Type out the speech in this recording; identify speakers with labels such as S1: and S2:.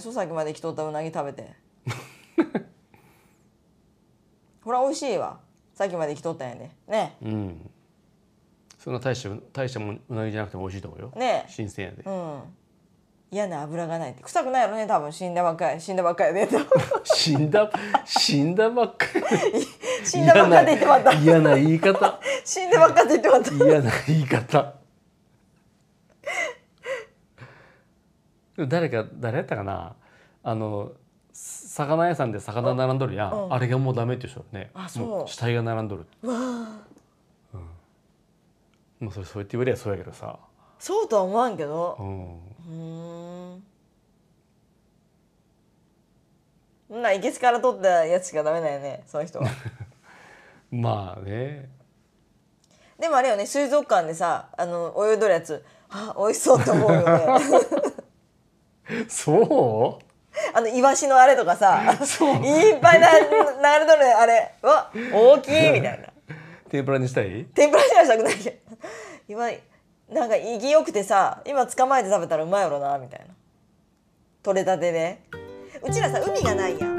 S1: しょさっきまで生きとったうなぎ食べて ほら美味しいわさっきまで生きとったんやでね
S2: うんそんな大した大したもんうなぎじゃなくても美味しいと思うよ、
S1: ね
S2: 新鮮やで、
S1: うん嫌な油がないって臭くないやろね多分死んだばっかり死んだばっか りで
S2: 死んだ死んだばっかり
S1: 死んだばっかりで言ってまった
S2: 嫌な言い方
S1: 死んだばっかりで言ってまっ
S2: 嫌な言い方でも誰か誰やったかなあの魚屋さんで魚並んどるやん、あれがもうダメって言う人ね
S1: あそう
S2: も死体が並んどるうん、もうそれそう言って言われやそうやけど
S1: た
S2: さ、
S1: そうとは思わんけど
S2: うん、
S1: うーんそんないけすから取ったやつしかダメだよねその人 は
S2: まあね
S1: でもあれよね水族館でさあの泳いどるやつあ美味しそうって思うよね
S2: そ
S1: あのイワシのあれとかさ
S2: う そう
S1: いっぱいな流れとるあれうわ大きいみたいな
S2: 天ぷらにしたい
S1: 天ぷらにはしたくないけど今なんか意義よくてさ今捕まえて食べたらうまいやろなみたいな取れたてでうちらさ海がないやん